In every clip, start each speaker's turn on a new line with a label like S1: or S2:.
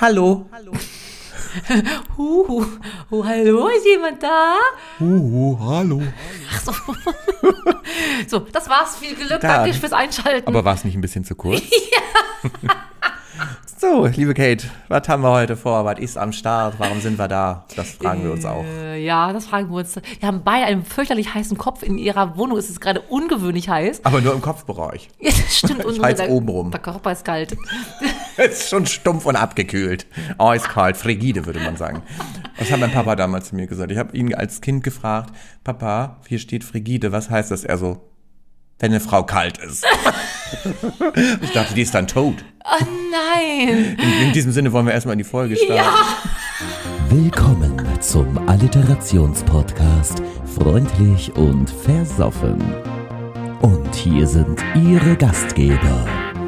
S1: Hallo.
S2: Huhu. Oh, hallo, ist jemand da?
S1: Huhu, hallo.
S2: Ach so. so, das war's. Viel Glück.
S1: Da.
S2: Danke fürs Einschalten.
S1: Aber war es nicht ein bisschen zu kurz? So, liebe Kate, was haben wir heute vor? Was ist am Start? Warum sind wir da? Das fragen wir uns auch.
S2: Äh, ja, das fragen wir uns. Wir haben beide einen fürchterlich heißen Kopf. In ihrer Wohnung ist es gerade ungewöhnlich heiß.
S1: Aber nur im Kopfbereich.
S2: Ja, das stimmt. Und
S1: Heiz
S2: der-
S1: obenrum.
S2: Der Körper ist kalt.
S1: Es ist schon stumpf und abgekühlt. Eiskalt, frigide, würde man sagen. Das hat mein Papa damals zu mir gesagt. Ich habe ihn als Kind gefragt, Papa, hier steht frigide, was heißt das? Er so, wenn eine Frau kalt ist. Ich dachte, die ist dann tot.
S2: Oh nein.
S1: In, in diesem Sinne wollen wir erstmal in die Folge starten.
S3: Willkommen zum Alliterationspodcast Freundlich und Versoffen. Und hier sind Ihre Gastgeber,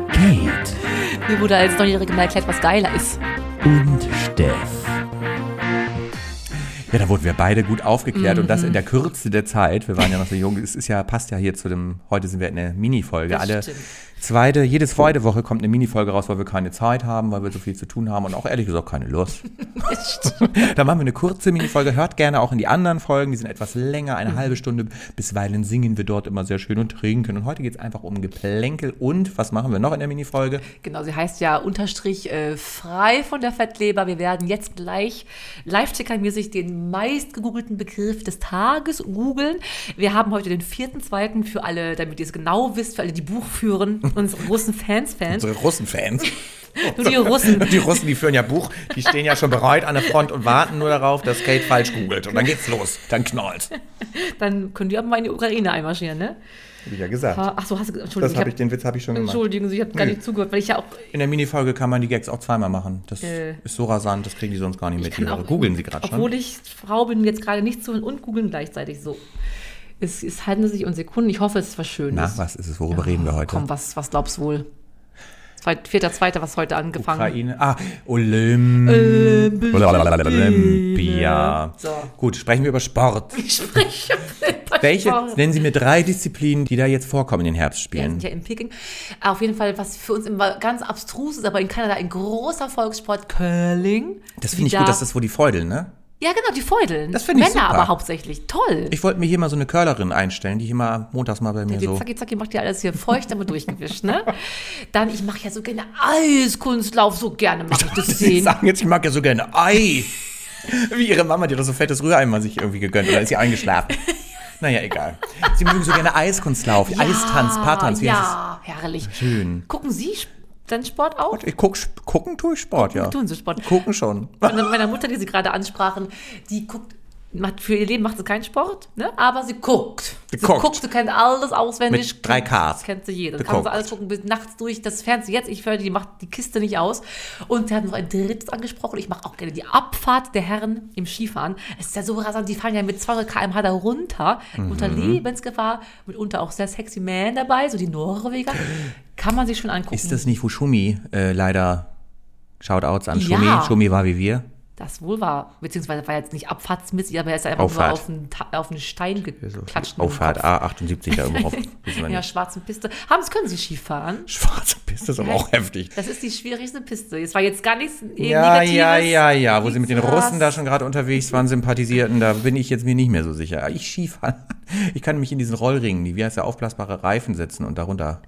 S3: Kate
S2: Mir wurde als Neunjährige mal erklärt, was geiler ist.
S3: und Steff.
S1: Ja, da wurden wir beide gut aufgeklärt und
S2: Mhm.
S1: das in der Kürze der Zeit. Wir waren ja noch so jung. Es ist ja, passt ja hier zu dem, heute sind wir in der Minifolge.
S2: Das
S1: Alle
S2: stimmt.
S1: zweite, jede zweite Woche kommt eine Minifolge raus, weil wir keine Zeit haben, weil wir so viel zu tun haben und auch ehrlich gesagt keine Lust. da machen wir eine kurze Minifolge. Hört gerne auch in die anderen Folgen. Die sind etwas länger, eine halbe Stunde. Bisweilen singen wir dort immer sehr schön und trinken. Und heute geht's einfach um Geplänkel und was machen wir noch in der Minifolge?
S2: Genau, sie heißt ja unterstrich äh, frei von der Fettleber. Wir werden jetzt gleich live-tickermäßig den meistgegoogelten Begriff des Tages googeln. Wir haben heute den vierten, zweiten für alle, damit ihr es genau wisst, für alle, die Buch führen, unsere großen Fans, Fans,
S1: Unsere Russen-Fans.
S2: nur die Russen.
S1: Die Russen, die führen ja Buch, die stehen ja schon bereit an der Front und warten nur darauf, dass Kate falsch googelt. Und dann geht's los, dann knallt's.
S2: Dann können die aber mal in die Ukraine einmarschieren, ne?
S1: Wie ja gesagt.
S2: Ah, Ach so, hast du,
S1: Das
S2: Entschuldigung,
S1: hab ich,
S2: ich
S1: den Witz habe ich schon
S2: hab,
S1: gemacht.
S2: Entschuldigen Sie, ich habe gar
S1: Nö.
S2: nicht zugehört, weil ich ja auch,
S1: In der Minifolge kann man die Gags auch zweimal machen. Das
S2: Äh.
S1: ist so rasant, das kriegen die sonst gar nicht mit.
S2: kann
S1: Die
S2: auch-
S1: googeln sie gerade
S2: obwohl
S1: schon.
S2: ich Frau bin, jetzt gerade nicht zuhören und googeln gleichzeitig so. Es, es handelt sich um Sekunden. Ich hoffe, es ist was Schönes.
S1: Na, was ist es? Worüber reden wir heute?
S2: Komm, was, was glaubst wohl? Zweit, vierter, zweiter, was heute angefangen?
S1: Ukraine. Ah, Olymp. Olympia.
S2: So.
S1: Gut, sprechen wir über Sport.
S2: Ich spreche
S1: Welche?
S2: Sport.
S1: Nennen Sie mir drei Disziplinen, die da jetzt vorkommen in den
S2: Wir
S1: Herbstspielen.
S2: sind ja in Peking. Auf jeden Fall, was für uns immer ganz abstrus ist, aber in Kanada ein großer Volkssport, Curling.
S1: Das
S2: Die
S1: finde ich
S2: da-
S1: gut, dass das wo die Feudeln, ne?
S2: Ja, genau, die Feudeln.
S1: Das finde ich
S2: Männer
S1: super.
S2: aber hauptsächlich. Toll.
S1: Ich wollte mir hier mal so eine Curlerin einstellen, die hier mal montags mal bei mir
S2: Die
S1: so.
S2: Zacki Zacki macht ja alles hier feucht, damit durchgewischt, ne? Dann, ich mache ja so gerne Eiskunstlauf, so gerne mache ich das
S1: Sie
S2: sehen.
S1: sagen jetzt, ich mag ja so gerne Ei. Wie ihre Mama, die hat doch so fettes Rührei mal sich irgendwie gegönnt oder ist sie eingeschlafen. Naja, egal. Sie mögen so gerne Eiskunstlauf, Eistanz, Paartanz. Wie heißt
S2: Ah, Ja, herrlich.
S1: Schön.
S2: Gucken Sie Sp- dann Sport auch?
S1: das? Ich guck, gucken tue ich Sport, ja.
S2: Tun Sie Sport.
S1: Gucken schon.
S2: Meine, meiner Mutter, die Sie gerade ansprachen, die guckt, macht für ihr Leben macht sie keinen Sport, ne? aber sie guckt. Sie
S1: Guckt.
S2: guckt, sie kennt alles auswendig.
S1: Mit drei Ks.
S2: Das kennt sie jeder. Das kann
S1: Guckt.
S2: sie alles gucken, bis nachts durch. Das Fernsehen jetzt, ich höre, die macht die Kiste nicht aus. Und sie hat noch ein drittes angesprochen. Ich mache auch gerne die Abfahrt der Herren im Skifahren. Es ist ja so rasant, die fahren ja mit 200 km/h da runter,
S1: Mhm.
S2: unter Lebensgefahr, mitunter auch sehr sexy Man dabei, so die Norweger. Kann man sich schon angucken.
S1: Ist das nicht, wo Schumi äh, leider Shoutouts an Schumi?
S2: Ja.
S1: Schumi war wie wir.
S2: Das wohl war, beziehungsweise war jetzt nicht abfahrtsmäßig, aber er ist einfach
S1: Auffahrt.
S2: nur auf einen, Ta- auf einen Stein geklatscht. mit dem
S1: Auffahrt
S2: Kopf.
S1: A78 da irgendwo auf. Wissen wir
S2: In der
S1: nicht.
S2: schwarzen Piste. Haben, können Sie Skifahren?
S1: Schwarze Piste ist aber auch heftig.
S2: Das ist die schwierigste Piste. Es war jetzt gar nichts eh,
S1: Ja,
S2: Negatives.
S1: ja, ja, ja. Wo sie mit den
S2: Nichts
S1: Russen da
S2: was.
S1: schon gerade unterwegs waren, sympathisierten, da bin ich jetzt mir nicht mehr so sicher. Ich Skifahren. Ich kann mich in diesen Rollringen, die wie heißt der aufblasbare Reifen setzen und darunter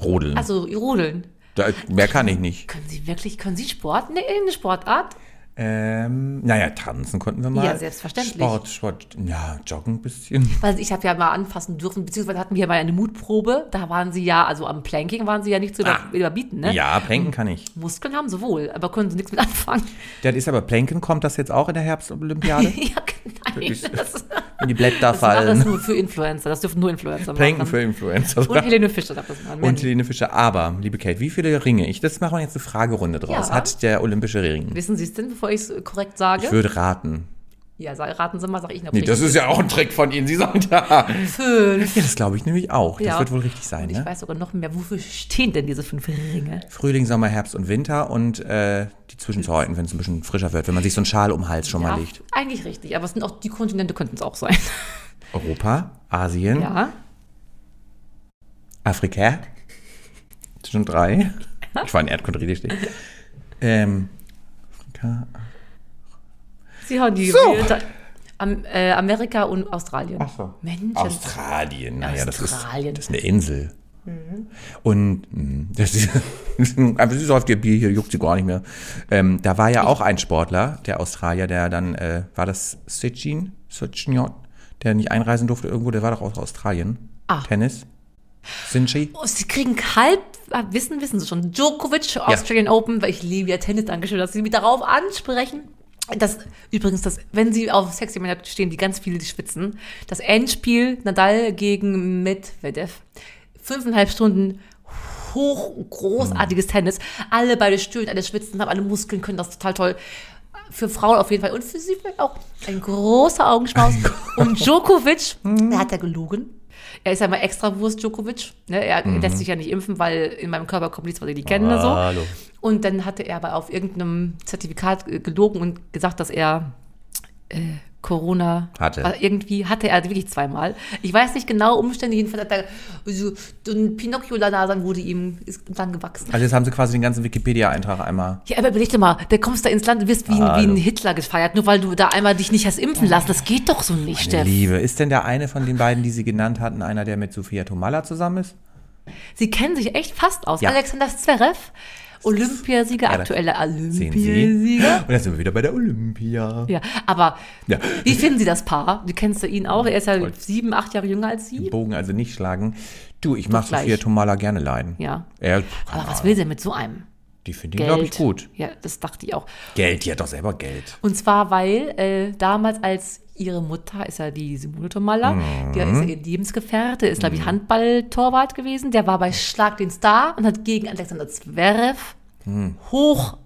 S1: rodeln.
S2: Also Rodeln.
S1: da, mehr kann ich nicht.
S2: Können Sie wirklich, können Sie Sport? Ne, eine Sportart?
S1: Ähm, naja, tanzen konnten wir mal.
S2: Ja, selbstverständlich.
S1: Sport, Sport, ja, joggen ein bisschen.
S2: Weil ich habe ja mal anfassen dürfen, beziehungsweise hatten wir ja mal eine Mutprobe. Da waren Sie ja, also am Planking waren Sie ja nicht zu über,
S1: Ah.
S2: überbieten, ne?
S1: Ja, Planken kann ich.
S2: Muskeln haben Sie wohl, aber können Sie nichts mit anfangen.
S1: Das ist aber Planken, kommt das jetzt auch in der Herbstolympiade?
S2: ja, nein.
S1: Ich-
S2: Das, das
S1: Wenn die Blätter
S2: machen das
S1: fallen.
S2: nur für Influencer. Das dürfen nur Influencer
S1: Planken
S2: machen.
S1: für Influencer.
S2: Und Helene Fischer darf das machen.
S1: Und
S2: Und
S1: Helene Fischer. Aber, liebe Kate, wie viele Ringe? Ich, das machen wir jetzt eine Fragerunde draus.
S2: Ja.
S1: Hat der olympische Ring?
S2: Wissen Sie es denn, bevor ich es korrekt sage?
S1: Ich würde raten.
S2: ja, sa- raten Sie mal, sag ich noch
S1: Nee, das ist ja auch ein Trick von Ihnen. Sie sagen ja.
S2: fünf.
S1: Ja, das glaube ich nämlich auch. Das
S2: Ja.
S1: wird wohl richtig sein,
S2: Und ich
S1: ne?
S2: weiß sogar noch mehr, wofür stehen denn diese fünf Ringe?
S1: Frühling, Sommer, Herbst und Winter und äh, die Zwischenzeiten, wenn es ein bisschen frischer wird, wenn man sich so einen Schal um den Hals schon mal legt.
S2: eigentlich richtig, aber es sind auch die Kontinente könnten es auch sein.
S1: Europa, Asien,
S2: ja.
S1: Afrika. Das sind schon drei. Ich war in Erdkunde richtig. Ähm,
S2: Sie haben die
S1: So.
S2: Real- Am, äh, Amerika und Australien.
S1: Ach so.
S2: Menschen.
S1: Australien, naja, das ist,
S2: Australien. Mhm.
S1: das ist eine Insel. Und mh, das ist, aber sie säuft ihr Bier hier, juckt sie gar nicht mehr. Ähm, da war ja auch ein Sportler, der Australier, der dann, äh, war das Sitchin? Sitchin, der nicht einreisen durfte irgendwo, der war doch aus Australien.
S2: Ah.
S1: Tennis. Sinchi.
S2: Oh, sie kriegen kalt, ah, wissen, wissen sie schon. Djokovic, Australian Open, weil ich liebe ja Tennis, Dankeschön, dass sie mich darauf ansprechen. Das, übrigens, das, wenn sie auf Sexy Man stehen, die ganz viele die schwitzen, das Endspiel Nadal gegen Medvedev. Fünfeinhalb Stunden hoch großartiges Tennis. Alle beide stöhnen, alle schwitzen, haben alle Muskeln, können das total toll. Für Frauen auf jeden Fall und für sie vielleicht auch ein großer Augenschmaus. Und Djokovic, der hat ja gelogen. Er ist ja mal extra Wurst Djokovic. Ne? Er lässt sich ja nicht impfen, weil in meinem Körper kommt nichts, was ich nicht kenne. oder
S1: Hallo.
S2: So. Und dann hatte er aber auf irgendeinem Zertifikat äh, gelogen und gesagt, dass er äh, Corona
S1: Hatte.
S2: Äh, Irgendwie hatte er wirklich zweimal. Ich weiß nicht genau Umstände, jedenfalls hat er so so ein Pinocchio-Ladasan wurde ihm ist dann gewachsen.
S1: Also jetzt haben sie quasi den ganzen Wikipedia-Eintrag einmal.
S2: Ja, aber überleg dir mal, der kommst da ins Land und wirst wie, ein- wie
S1: Hallo.
S2: ein Hitler gefeiert, nur weil du da einmal dich nicht hast impfen lassen. Das geht doch so nicht, Steff.
S1: Liebe, ist denn der eine von den beiden, die sie genannt hatten, einer, der mit Sophia Tomala zusammen ist?
S2: Sie kennen sich echt fast aus.
S1: Ja.
S2: Alexander Zverev, Olympiasieger,
S1: Ja, da-
S2: aktueller
S1: Sehen Sie?
S2: Olympiasieger.
S1: Und da sind wir wieder bei der Olympia.
S2: Ja, aber
S1: Ja.
S2: wie finden Sie das Paar? Du kennst ja ihn auch. Er ist ja
S1: Voll.
S2: sieben, acht Jahre jünger als Sie.
S1: Bogen also nicht schlagen. Du, ich mache
S2: gleich.
S1: Sophia Tomala gerne leiden.
S2: Ja.
S1: Er,
S2: Aber was will sie mit so einem?
S1: die finde ich,
S2: Geld.
S1: glaube ich, gut.
S2: Ja, das dachte ich auch.
S1: Geld, die hat doch selber Geld.
S2: Und zwar, weil äh, damals als ihre Mutter, ist ja die Simone Tomalla, die ist ja
S1: Mhm.
S2: ihr Lebensgefährte, ist, glaube ich, Handballtorwart gewesen. Der war bei Schlag den Star und hat gegen Alexander Zverev hoch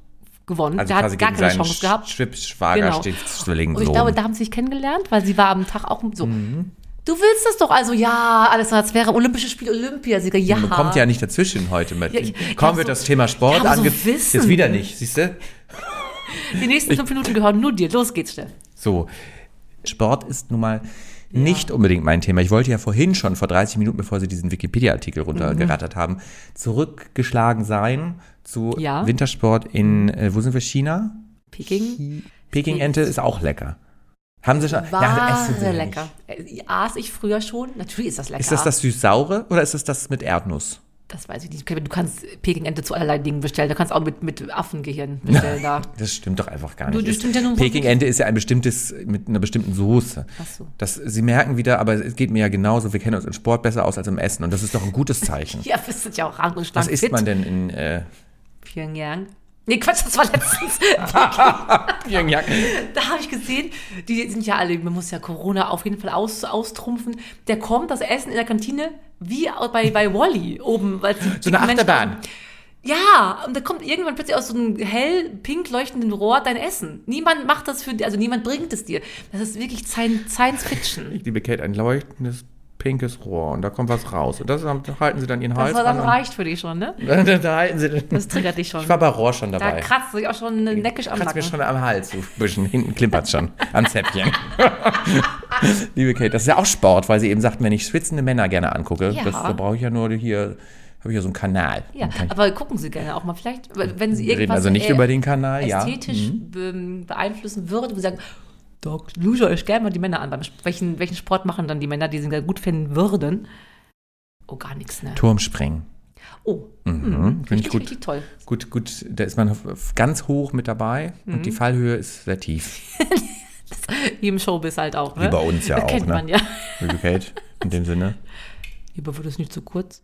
S2: gewonnen.
S1: Mhm. Also
S2: der
S1: quasi
S2: hat gar
S1: gegen
S2: keine
S1: seinen
S2: Chance gehabt. Genau.
S1: Schwibschwager
S2: Und ich
S1: Stiftsschwilligen
S2: glaube, da haben sie sich kennengelernt, weil sie war am Tag auch so.
S1: Mhm.
S2: Du willst das doch also, ja, Alexander Zverev, Olympische Spiele, Olympiasieger, ja.
S1: Man kommt ja nicht dazwischen heute mit.
S2: Ja, ich- ich
S1: Kaum
S2: hab
S1: wird
S2: so-
S1: das Thema Sport
S2: ich hab so
S1: ange...
S2: Wissen.
S1: Jetzt wieder nicht, siehst du?
S2: Die nächsten fünf Minuten gehören nur dir. Los geht's, Steff.
S1: So, Sport ist nun mal nicht unbedingt mein Thema. Ich wollte ja vorhin schon, vor 30 Minuten, bevor Sie diesen Wikipedia-Artikel
S2: Mhm.
S1: runtergerattert haben, zurückgeschlagen sein zu
S2: Ja.
S1: Wintersport in, äh, wo sind wir, China?
S2: Peking.
S1: Peking-Ente ist auch lecker. Haben Sie schon?
S2: Wahre
S1: Ja, essen Sie ja nicht.
S2: lecker. Äh, Aß ich früher schon. Natürlich ist das lecker.
S1: Ist das das süß-saure oder ist das das mit Erdnuss?
S2: Das weiß ich nicht. Du kannst Peking-Ente zu allerlei Dingen bestellen. Du kannst auch mit, mit Affengehirn bestellen. da.
S1: Das stimmt doch einfach gar
S2: Du-
S1: nicht.
S2: das
S1: Ist-
S2: stimmt ja nur-
S1: Peking-Ente ist ja ein bestimmtes, mit einer bestimmten Soße.
S2: Ach so.
S1: Das, Sie merken wieder, aber es geht mir ja genauso, wir kennen uns im Sport besser aus als im Essen und das ist doch ein gutes Zeichen.
S2: Ja, bist du ja auch rank und schlank.
S1: Was isst
S2: fit.
S1: man denn in äh,
S2: Pyongyang. Nee, Quatsch, das war letztens.
S1: Pyongyang?
S2: da habe ich gesehen, die sind ja alle, man muss ja Corona auf jeden Fall aus, austrumpfen. Der kommt, das Essen in der Kantine, wie bei, bei Wally oben. Weil
S1: So eine Achterbahn.
S2: Ja, und da kommt irgendwann plötzlich aus so einem hell pink leuchtenden Rohr dein Essen. Niemand macht das für dich, also niemand bringt es dir. Das ist wirklich Sci- Science Fiction.
S1: Die bekält ein leuchtendes pinkes Rohr und da kommt was raus und das da halten Sie dann Ihren
S2: Das,
S1: Hals
S2: war- das
S1: ran
S2: reicht für dich schon, ne?
S1: und, da halten Sie dann,
S2: Das triggert dich schon.
S1: Ich war bei Rohr schon
S2: Da
S1: dabei.
S2: kratzt sich auch schon neckisch am
S1: Kratzt mir
S2: Nacken.
S1: schon am Hals, so ein bisschen. Hinten klimpert schon am Zäpfchen. Liebe Kate, das ist ja auch Sport, weil sie eben sagt, wenn ich schwitzende Männer gerne angucke,
S2: Ja.
S1: das, da brauche ich ja nur hier, habe ich ja so einen Kanal.
S2: Ja,
S1: Dann kann ich
S2: aber gucken Sie gerne auch mal vielleicht, weil- wenn Sie
S1: reden
S2: irgendwas
S1: also nicht
S2: äh,
S1: über den Kanal, ja. Mhm.
S2: ästhetisch be beeinflussen würde und sagen, Doc, Lucia, ich gerne mal die Männer an. Beim, Sp- welchen, welchen Sport machen dann die Männer, die sie gut finden würden? Oh, gar nichts, ne?
S1: Turmspringen.
S2: Oh,
S1: Mhm. Finde ich
S2: richtig,
S1: gut.
S2: richtig toll.
S1: Gut, gut, da ist man auf- ganz hoch mit dabei und die
S2: Mhm.
S1: Fallhöhe ist sehr tief.
S2: Wie im Showbiz halt auch, ne?
S1: Wie bei uns ja
S2: das
S1: auch,
S2: kennt
S1: ne?
S2: man ja.
S1: Liebe Kate, in dem Sinne.
S2: Lieber wird es nicht zu kurz.